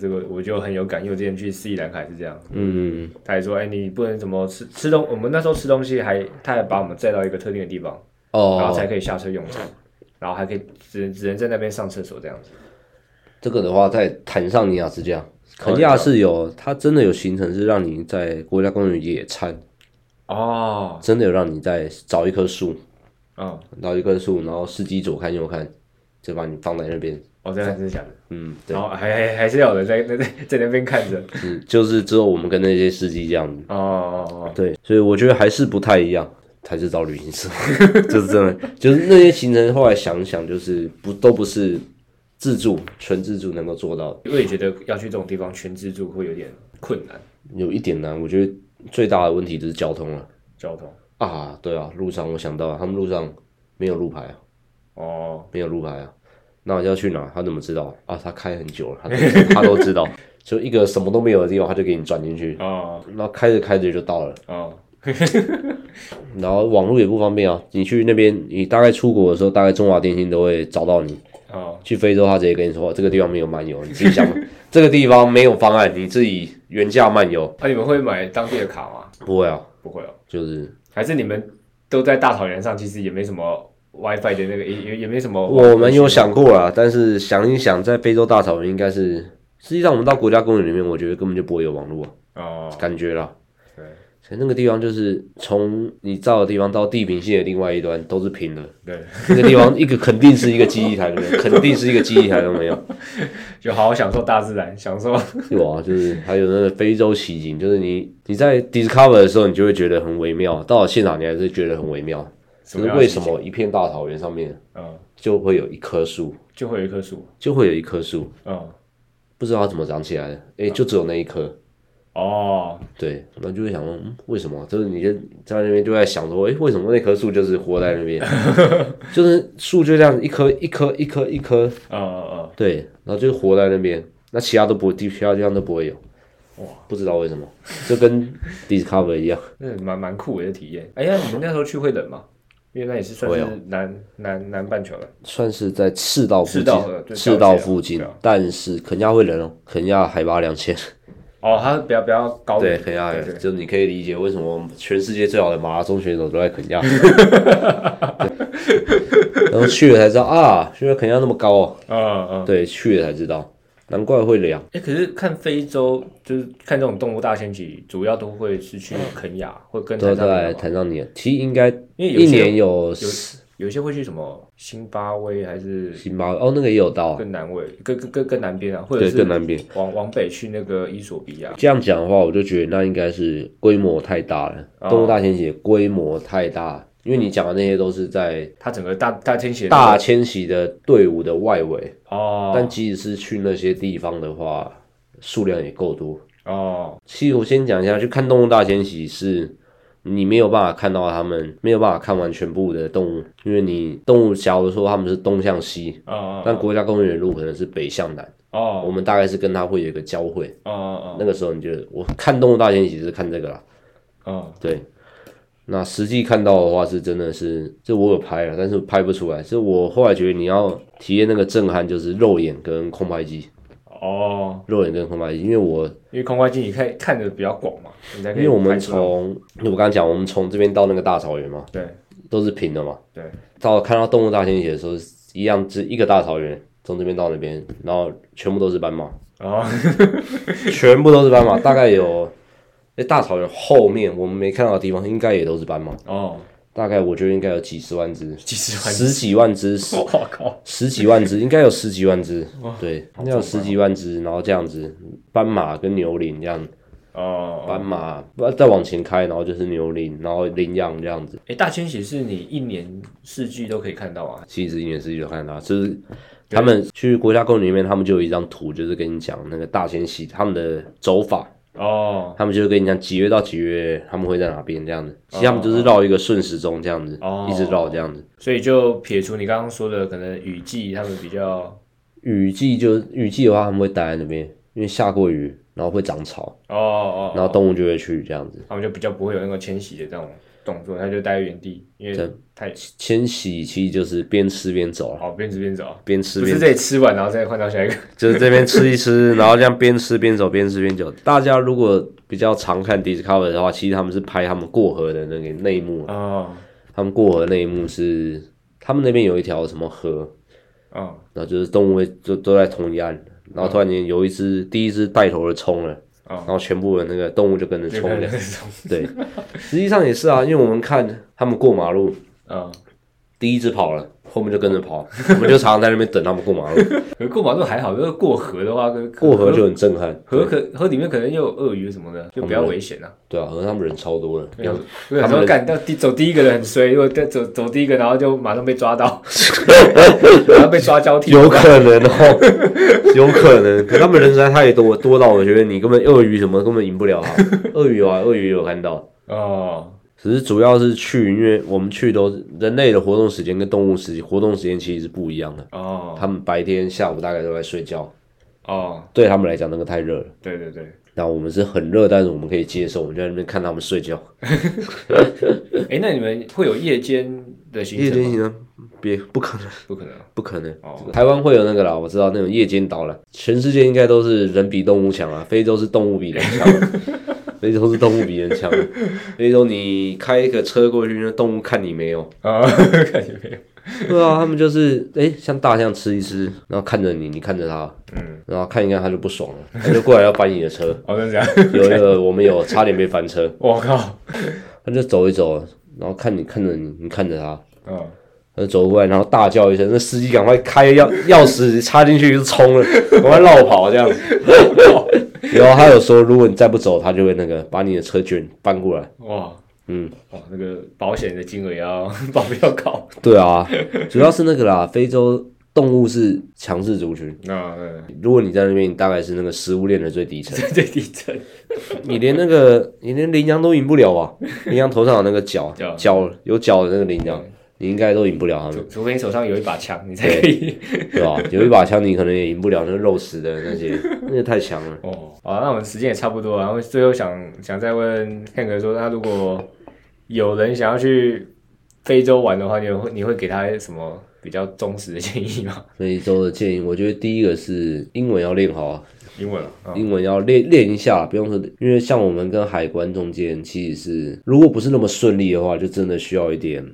Speaker 1: 这个我就很有感，因为我之前去斯里兰卡也是这样，
Speaker 2: 嗯，
Speaker 1: 他还说，哎、你不能怎么吃吃东，我们那时候吃东西还，他还把我们载到一个特定的地方，
Speaker 2: 哦，
Speaker 1: 然后才可以下车用餐，然后还可以只只能在那边上厕所这样子。
Speaker 2: 这个的话，在坦桑尼亚是这样，肯亚是有，它真的有行程是让你在国家公园野餐，
Speaker 1: 哦，
Speaker 2: 真的有让你在找一棵树，
Speaker 1: 嗯，
Speaker 2: 找一棵树，然后司机左看右看，就把你放在那边，
Speaker 1: 哦，这样是假的，
Speaker 2: 嗯，对
Speaker 1: 然，后还还还是要有人在在在在那边看着。
Speaker 2: 是就是只有我们跟那些司机这样子，
Speaker 1: 哦哦哦，
Speaker 2: 对，所以我觉得还是不太一样，还是找旅行社， 就是真的，就是那些行程后来想一想，就是不都不是自助，纯自助能够做到的，
Speaker 1: 我也觉得要去这种地方全自助会有点困难，
Speaker 2: 有一点难，我觉得最大的问题就是交通了。
Speaker 1: 交通。
Speaker 2: 啊，对啊，路上我想到了，他们路上没有路牌啊，
Speaker 1: 哦，
Speaker 2: 没有路牌啊，那要去哪？他怎么知道啊？他开很久了，他都他都知道， 就一个什么都没有的地方，他就给你转进去，
Speaker 1: 哦，
Speaker 2: 然后开着开着就到了，
Speaker 1: 哦，
Speaker 2: 然后网络也不方便啊。你去那边，你大概出国的时候，大概中华电信都会找到你。
Speaker 1: 哦，
Speaker 2: 去非洲，他直接跟你说这个地方没有漫游，你自己想， 这个地方没有方案，你自己原价漫游。
Speaker 1: 啊那、你们会买当地的卡吗？
Speaker 2: 不会啊，
Speaker 1: 不会哦，
Speaker 2: 就是
Speaker 1: 还是你们都在大草原上，其实也没什么 WiFi 的那个，也也也没什么。
Speaker 2: 我们有，想过啦，但是想一想，在非洲大草原应该是，实际上我们到国家公园里面，我觉得根本就不会有网络、啊，
Speaker 1: 哦，
Speaker 2: 感觉啦。
Speaker 1: 对
Speaker 2: 所以那个地方就是从你照的地方到地平线的另外一端都是平的，
Speaker 1: 对，
Speaker 2: 那个地方一个肯定是一个记忆台都没有，肯定是一个记忆台都没有。
Speaker 1: 就好好享受大自然，享 受。
Speaker 2: 有啊，就是还有那个非洲奇景，就是你你在 discover 的时候，你就会觉得很微妙，到了现场你还是觉得很微妙，
Speaker 1: 什
Speaker 2: 就
Speaker 1: 么
Speaker 2: 是
Speaker 1: 样的
Speaker 2: 为什
Speaker 1: 心情？
Speaker 2: 么一片大草原上面
Speaker 1: 嗯，
Speaker 2: 就会有一棵树，
Speaker 1: 就会有一棵树。
Speaker 2: 就会有一棵树，
Speaker 1: 嗯，
Speaker 2: 不知道它怎么长起来的，诶，就只有那一棵。
Speaker 1: 哦，
Speaker 2: 对，然后就会想说，嗯，为什么？就是你就在那边就在想说，诶，为什么那棵树就是活在那边， 就是树就这样一棵一棵一棵一棵，
Speaker 1: 嗯嗯嗯，
Speaker 2: 对，然后就活在那边，那其他都不，其他地方都不会有。哇，不知道为什么，就跟 Discover 一样，
Speaker 1: 那蛮蛮酷的体验。哎呀，你们那时候去会冷吗？因为那也是算
Speaker 2: 会
Speaker 1: 是
Speaker 2: 哦
Speaker 1: 南南南半球了。
Speaker 2: 算是在赤道附
Speaker 1: 赤道呃对
Speaker 2: 近，赤道
Speaker 1: 了解
Speaker 2: 附近
Speaker 1: 对啊，
Speaker 2: 但是肯亚会冷哦，肯亚海拔两千，
Speaker 1: 哦，它比较比较高
Speaker 2: 对，肯亚
Speaker 1: 对对
Speaker 2: 就你可以理解为什么全世界最好的马拉松选手都 在肯亚，对然后去了才知道啊，原来肯亚那么高哦，
Speaker 1: 嗯嗯。
Speaker 2: 对，去了才知道，难怪会凉。
Speaker 1: 哎、可是看非洲，就是看这种动物大迁徙，主要都会是去肯亚，会跟
Speaker 2: 都
Speaker 1: 坦桑尼亚
Speaker 2: 在
Speaker 1: 嘛
Speaker 2: 坦桑尼亚，其实应该
Speaker 1: 因为有
Speaker 2: 一
Speaker 1: 些
Speaker 2: 年有
Speaker 1: 有一些会去什么辛巴威，还是
Speaker 2: 星巴克哦，那个也有到啊，
Speaker 1: 更南位，更更更更南边啊，或者
Speaker 2: 对，
Speaker 1: 是
Speaker 2: 更南边。
Speaker 1: 往往北去那个伊索比亚。
Speaker 2: 这样讲的话，我就觉得那应该是规模太大了，
Speaker 1: 哦
Speaker 2: 动物大迁徙规模太大，因为你讲的那些都是在
Speaker 1: 它整个大大迁徙的
Speaker 2: 大迁徙的队伍的外围，
Speaker 1: 哦，
Speaker 2: 但即使是去那些地方的话，数量也够多。
Speaker 1: 哦，
Speaker 2: 其实我先讲一下，去看动物大迁徙是。你没有办法看到它们，没有办法看完全部的动物，因为你动物，假如说它们是东向西，
Speaker 1: 哦哦
Speaker 2: 但国家公园的路可能是北向南，我
Speaker 1: 哦
Speaker 2: 们大概是跟它会有一个交汇。
Speaker 1: 哦哦
Speaker 2: 那个时候你就我看动物大迁徙是看这个啦，
Speaker 1: 哦，
Speaker 2: 对，那实际看到的话是真的是，这我有拍了，但是拍不出来。是我后来觉得你要体验那个震撼，就是肉眼跟空拍机，
Speaker 1: 哦，
Speaker 2: 肉眼跟空拍机，因为我
Speaker 1: 因为空拍机你看看的比较广嘛，你才可
Speaker 2: 因
Speaker 1: 以
Speaker 2: 为我们
Speaker 1: 拍出来
Speaker 2: 从我刚刚讲，我们从这边到那个大草原嘛，
Speaker 1: 对
Speaker 2: 都是平的嘛，
Speaker 1: 对，
Speaker 2: 到看到动物大迁徙的时候，一样是一个大草原。从这边到那边，然后全部都是斑马，
Speaker 1: 哦
Speaker 2: 全部都是斑马，大概有，那大草原后面我们没看到的地方，应该也都是斑马，
Speaker 1: 哦，
Speaker 2: 大概我觉得应该有几十万只，
Speaker 1: 几十 万，
Speaker 2: 十几万只，十
Speaker 1: 我靠，
Speaker 2: 十几万只，应该有十几万只
Speaker 1: 哇，
Speaker 2: 对，
Speaker 1: 好
Speaker 2: 应该
Speaker 1: 壮
Speaker 2: 有
Speaker 1: 观
Speaker 2: 十几万只，然后这样子，斑马跟牛羚这样，
Speaker 1: 哦，
Speaker 2: 斑马不再往前开，然后就是牛羚，然后羚羊这样子，
Speaker 1: 哎，大迁徙是你一年四季都可以看到啊，
Speaker 2: 其实一年四季都看得到，就是他们去国家公园里面，他们就有一张图，就是跟你讲那个大迁徙他们的走法，
Speaker 1: 哦
Speaker 2: 他们就跟你讲几月到几月他们会在哪边这样子，其实他们就是绕一个顺时钟这样子，
Speaker 1: 哦
Speaker 2: 一直绕这样子。
Speaker 1: 所以就撇除你刚刚说的可能雨季他们比较
Speaker 2: 雨季就雨季的话，他们会待在那边，因为下过雨，然后会长草，
Speaker 1: 哦哦，
Speaker 2: 然后动物就会去这样子。
Speaker 1: 他们就比较不会有那个迁徙的这种动作，他就待在原地，因
Speaker 2: 对
Speaker 1: 为太
Speaker 2: 迁徙其实就是边吃边走啊，
Speaker 1: 哦边吃边走，
Speaker 2: 边吃
Speaker 1: 不是
Speaker 2: 边
Speaker 1: 这里吃完然后再换到下一个。
Speaker 2: 就是这边吃一吃，然后这样边吃边走，边吃边走。大家如果比较常看 Discover 的话，其实他们是拍他们过河的那个那一幕啊，
Speaker 1: 哦
Speaker 2: 他们过河那一幕是他们那边有一条什么河，
Speaker 1: 哦
Speaker 2: 然后就是动物会就都在同一岸，然后突然间有一只第一只带头的冲了，然
Speaker 1: 哦，
Speaker 2: 后全部的那个动物就跟着
Speaker 1: 就
Speaker 2: 冲
Speaker 1: 看
Speaker 2: 了。
Speaker 1: 那种
Speaker 2: 对，实际上也是啊，因为我们看他们过马路，
Speaker 1: 嗯，
Speaker 2: 第一只跑了，后面就跟着跑，我们就常常在那边等他们过 马路。
Speaker 1: 可是过马路还好，就是过河的话，可
Speaker 2: 过河就很震 撼，
Speaker 1: 河可河里面可能又有鳄鱼什么的，就比较危险啊。
Speaker 2: 对啊，河他们人超多的，
Speaker 1: 对啊，有
Speaker 2: 他
Speaker 1: 时
Speaker 2: 们
Speaker 1: 候干到第走第一个的很衰，如果再走走第一个，然后就马上被抓 到，然后被抓交替。
Speaker 2: 有可能哦， 有可能，可他们人实在太多，多到我觉得你根本鳄鱼什么根本赢不了啊。 鳄鱼啊，鳄鱼有看到，
Speaker 1: 哦
Speaker 2: 只是主要是去，因为我们去都是人类的活动时间跟动物时活动时间其实是不一样的，
Speaker 1: 哦
Speaker 2: 他们白天下午大概都在睡觉，
Speaker 1: 哦，
Speaker 2: 对他们来讲那个太热了。
Speaker 1: 对对对。
Speaker 2: 然后我们是很热，但是我们可以接受，我们就在那边看他们睡觉。
Speaker 1: 哎，那你们会有夜间的行
Speaker 2: 夜
Speaker 1: 程
Speaker 2: 间
Speaker 1: 吗？
Speaker 2: 行程别不可能，
Speaker 1: 不可能。
Speaker 2: 不可能。
Speaker 1: 哦
Speaker 2: 台湾会有那个啦，我知道那种夜间导览，全世界应该都是人比动物 强啊，非洲是动物比人强，啊非洲是动物比人强，啊 非洲你开一个车过去，那动物看你没有，
Speaker 1: 啊， 感觉没有。
Speaker 2: 对啊，他们就是哎、像大象吃一吃，然后看着你，你看着它，
Speaker 1: 嗯，
Speaker 2: 然后看一看它就不爽了，它就过来要翻你的 车，
Speaker 1: 哦，真的假的？
Speaker 2: 有一个我们有差点被翻车，
Speaker 1: 我靠，
Speaker 2: 它就走一走，然后看你看着你，你看着它。
Speaker 1: 嗯，
Speaker 2: 他就走过来，然后大叫一声，那司机赶快开钥钥匙插进去就冲了， 赶快绕跑这样子。然后他有说，如果你再不走，他就会那个把你的车卷搬过来。
Speaker 1: 哇，
Speaker 2: 嗯，
Speaker 1: 哇，哦那个保险的金额也要 保不要高。
Speaker 2: 对啊，主要是那个啦，非洲动物是强势族群。
Speaker 1: 那呃
Speaker 2: 如果你在那边，你大概是那个食物链的最底层，
Speaker 1: 这最低层
Speaker 2: 你连那 个你连羚羊都赢不了啊！羚羊头上有那个角
Speaker 1: 角
Speaker 2: 角有角的那个羚羊，你应该都赢不了他们
Speaker 1: 除，除非你手上有一把枪，你才可 以。
Speaker 2: 对吧？有一把枪，你可能也赢不了那个肉食的那些，那个太强了。
Speaker 1: 哦，好，那我们时间也差不多了，然后最后想想再问 Hank 说，他如果有人想要去非洲玩的话，你会你会给他什么比较忠实的建议吗？
Speaker 2: 所以周的建议，我觉得第一个是英文要练好啊，
Speaker 1: 英文啊，哦，
Speaker 2: 英文要练练一下，不用说，因为像我们跟海关中间其实是，如果不是那么顺利的话，就真的需要一点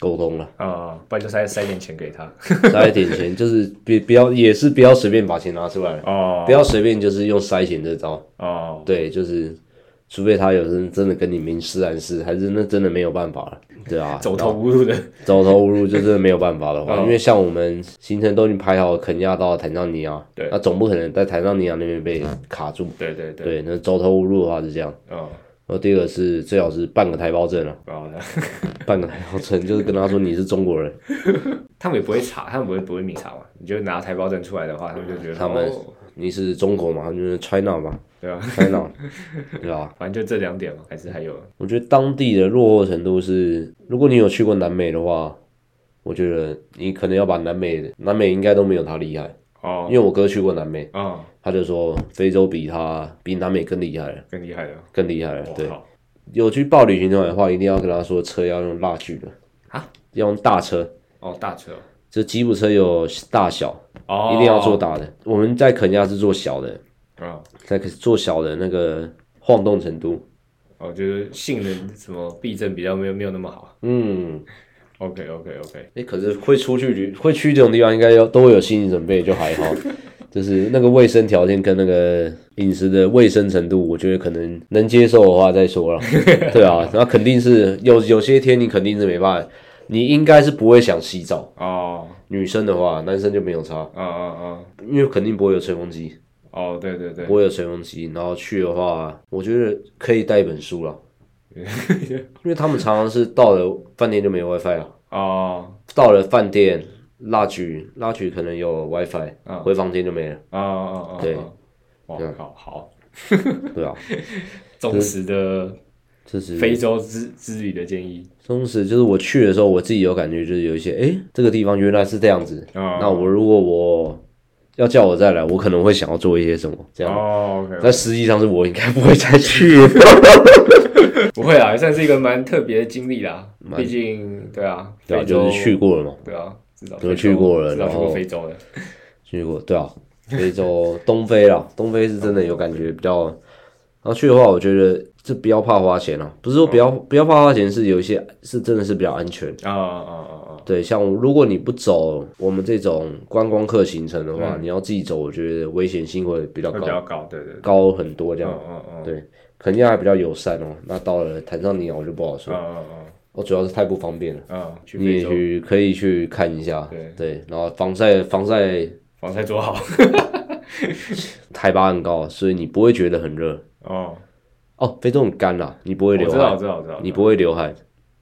Speaker 2: 沟通了
Speaker 1: 啊，不然就塞塞点钱给他。
Speaker 2: 塞一点钱，就是别不要也是不要随便把钱拿出来，
Speaker 1: 哦
Speaker 2: 不要随便就是用塞钱这招，
Speaker 1: 哦，
Speaker 2: 对，就是除非他有人真的跟你明示暗示，还是那真的没有办法了，对啊，
Speaker 1: 走投无路的。
Speaker 2: 走投无路就真的没有办法的话，
Speaker 1: 嗯
Speaker 2: 因为像我们行程都已经排好，肯亚到坦桑尼亚，
Speaker 1: 对嗯
Speaker 2: 那总不可能在坦桑尼亚那边被卡住，
Speaker 1: 对对对，
Speaker 2: 对，那走投无路的话是这样。
Speaker 1: 哦，
Speaker 2: 然后第二个是最好是办个台胞证啊，
Speaker 1: 然后呢，
Speaker 2: 办个台胞证就是跟他说你是中国人，
Speaker 1: 他们也不会查，他们不会不会明查嘛。你就拿台胞证出来的话，他们就觉得
Speaker 2: 他们
Speaker 1: 哦
Speaker 2: 你是中国嘛，就是 China 嘛
Speaker 1: 对啊，
Speaker 2: ，China，对 吧？
Speaker 1: 反正就这两点嘛，还是还有
Speaker 2: 我觉得当地的落后程度是，如果你有去过南美的话，我觉得你可能要把南美南美应该都没有他厉害，因
Speaker 1: 哦
Speaker 2: 为我哥去过南美，
Speaker 1: 哦，
Speaker 2: 他就说非洲比他比南美更厉害了。
Speaker 1: 更厉害了。
Speaker 2: 更厉害了。对
Speaker 1: 哇，好
Speaker 2: 有去报旅行团的话，一定要跟他说车要用拉锯的
Speaker 1: 啊，
Speaker 2: 要用大车。
Speaker 1: 哦，大车
Speaker 2: 这吉普车有大小，
Speaker 1: 哦，
Speaker 2: 一定要做大的。我们在肯亚是做小的，
Speaker 1: 嗯，
Speaker 2: 在做小的那个晃动程度，
Speaker 1: 我觉得性能什么避震比较没有没有那么好。
Speaker 2: 嗯，
Speaker 1: OK OK OK，
Speaker 2: 哎，可是会出去旅会去这种地方，应该要都有心理准备，就还好。就是那个卫生条件跟那个饮食的卫生程度，我觉得可能能接受的话再说了，对啊，那肯定是有有些天你肯定是没办法，你应该是不会想洗澡，
Speaker 1: 哦，
Speaker 2: 女生的话，男生就没有差，
Speaker 1: 嗯嗯
Speaker 2: 因为肯定不会有吹风机，
Speaker 1: 嗯，哦，对对对
Speaker 2: 不，会有吹风机。然后去的话，我觉得可以带一本书了，因为他们常常是到了饭店就没有 WiFi 了，
Speaker 1: 哦
Speaker 2: 到了饭店拉举拉举可能有 WiFi，、
Speaker 1: 嗯
Speaker 2: 回房间就没了，
Speaker 1: 哦哦哦，
Speaker 2: 对
Speaker 1: 哦，哇靠，好
Speaker 2: 对 啊，
Speaker 1: 忠实的
Speaker 2: 这是
Speaker 1: 非洲之之旅的建议。
Speaker 2: 松弛，就是我去的时候，我自己有感觉，就是有一些，诶、这个地方原来是这样子。
Speaker 1: 哦
Speaker 2: 那我如果我要叫我再来，我可能会想要做一些什么这样。
Speaker 1: 哦，OK，
Speaker 2: 但实际上是我应该不会再去 了。
Speaker 1: 不会啊啦，也算是一个蛮特别的经历啦。毕竟，对啊，
Speaker 2: 对啊，
Speaker 1: 非洲
Speaker 2: 就是去，过了嘛，
Speaker 1: 对啊，至少
Speaker 2: 都去过了
Speaker 1: 至少去过
Speaker 2: 然后
Speaker 1: 非洲了。
Speaker 2: 去过，对啊，非洲东非啦，东非是真的有感觉比较。然后去的话，我觉得这不要怕花钱啊，不是说不要、不要怕花钱，是有一些是真的是比较安全。
Speaker 1: 啊啊啊
Speaker 2: 对，像如果你不走我们这种观光客行程的话，你要自己走，我觉得危险性会比较
Speaker 1: 嗯啊，会比
Speaker 2: 高，
Speaker 1: 较高，对对对，
Speaker 2: 高很多这
Speaker 1: 嗯
Speaker 2: 样。
Speaker 1: 嗯嗯，
Speaker 2: 对，肯定还比较友善哦。那到了坦桑尼亚我就不好说，
Speaker 1: 嗯嗯
Speaker 2: 我、主要是太不方便了。
Speaker 1: 嗯嗯，去
Speaker 2: 你也
Speaker 1: 非洲，
Speaker 2: 去可以去看一下，
Speaker 1: 对
Speaker 2: 然后防晒防晒
Speaker 1: 防晒做好。
Speaker 2: 海拔很高，所以你不会觉得很热。
Speaker 1: 哦，
Speaker 2: 哦，非洲很干啦，你不
Speaker 1: 我
Speaker 2: 会流
Speaker 1: 知道，
Speaker 2: 汗
Speaker 1: 我，知道，我知道，
Speaker 2: 你不会流汗，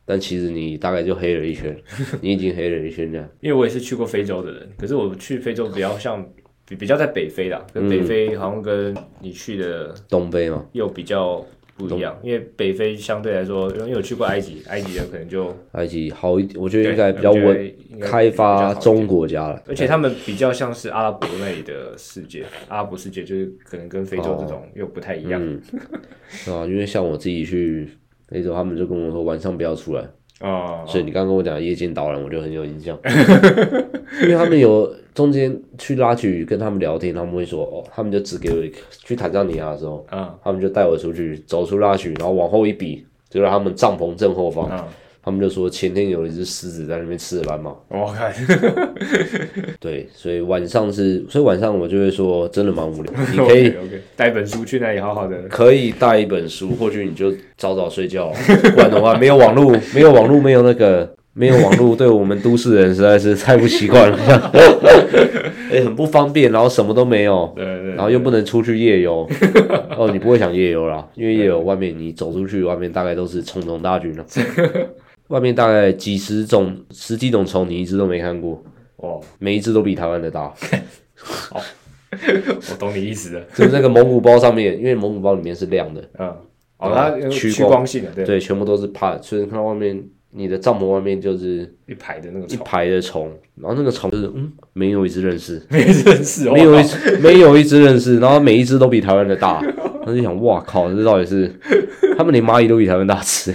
Speaker 2: 但其实你大概就黑了 一圈，你已经黑了一圈这样。
Speaker 1: 因为我也是去过非洲的人，可是我去非洲比较像比比较在北非啦，跟
Speaker 2: 嗯
Speaker 1: 北非好像跟你去的
Speaker 2: 东非嘛，
Speaker 1: 又比较不一样，因为北非相对来说，因为我去过埃及，埃及人可能就
Speaker 2: 埃及好一，我觉得应该比较稳，，
Speaker 1: 对
Speaker 2: 开发。
Speaker 1: 应该比较好一点
Speaker 2: 中国家了。
Speaker 1: 而且他们比较像是阿拉伯那里的世界，阿拉伯世界就是可能跟非洲这
Speaker 2: 哦
Speaker 1: 种又不太一样。
Speaker 2: 嗯对啊，因为像我自己去非洲，他们就跟我说晚上不要出来，
Speaker 1: 哦，
Speaker 2: 所以你刚刚跟我讲的夜间导览，我就很有印象， 因为他们有中间去拉去跟他们聊天，他们会说哦，他们就只给我一个去坦桑尼亚的时候，
Speaker 1: 嗯
Speaker 2: 他们就带我出去走出拉去，然后往后一比，就在他们帐篷正后方，
Speaker 1: 嗯，
Speaker 2: 他们就说前天有一只狮子在那边吃了蓝猫，
Speaker 1: 我看，
Speaker 2: 对，所以晚上是，所以晚上我就会说真的蛮无聊， 你可以
Speaker 1: OK，, 带本书去那里好好的。
Speaker 2: 可以带一本书，或许你就早早睡觉， 不然的话没有网络，没有网络，没有那个。没有网络，对我们都市人实在是太不习惯了， 哎、很不方便，然后什么都没有，
Speaker 1: 对对对，
Speaker 2: 然后又不能出去夜游，哦，你不会想夜游啦，因为夜游外面你走出去，外面大概都是重重大军了，外面大概几十种、十几种虫，你一只都没看过，
Speaker 1: 哦，
Speaker 2: 每一只都比台湾的大。
Speaker 1: 我懂你意思了。
Speaker 2: 就是那个蒙古包上面，因为蒙古包里面是亮的，
Speaker 1: 嗯，哦，它
Speaker 2: 趋
Speaker 1: 趋
Speaker 2: 光
Speaker 1: 光性的，对，
Speaker 2: 对，全部都是怕，所以看到外面你的帐篷外面就是
Speaker 1: 一排的那个
Speaker 2: 一
Speaker 1: 草，
Speaker 2: 排的虫，然后那个虫就是嗯，没有一只认识，
Speaker 1: 没哦认识，
Speaker 2: 没 有
Speaker 1: 哇
Speaker 2: 一只没有一只认识，然后每一只都比台湾的大，他就想哇靠，这到底是他们连蚂蚁都比台湾大吃，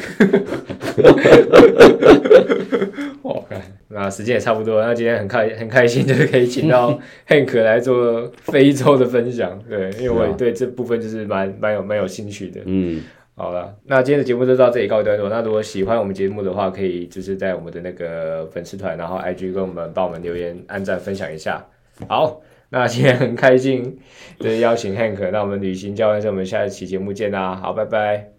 Speaker 1: 我看，那时间也差不多，那今天很开很开心，就是可以请 到 Hank 来做非洲的分享，对，因为我也
Speaker 2: 啊
Speaker 1: 对这部分就是蛮蛮有蛮有兴趣的。
Speaker 2: 嗯，
Speaker 1: 好了，那今天的节目就到这里告一段落。那如果喜欢我们节目的话，可以就是在我们的那个粉丝团，然后 IG 跟我们帮我们留言、按赞、分享一下。好，那今天很开心，就是邀请 Hank，那我们旅行教练生，我们下一期节目见啦，好，拜拜。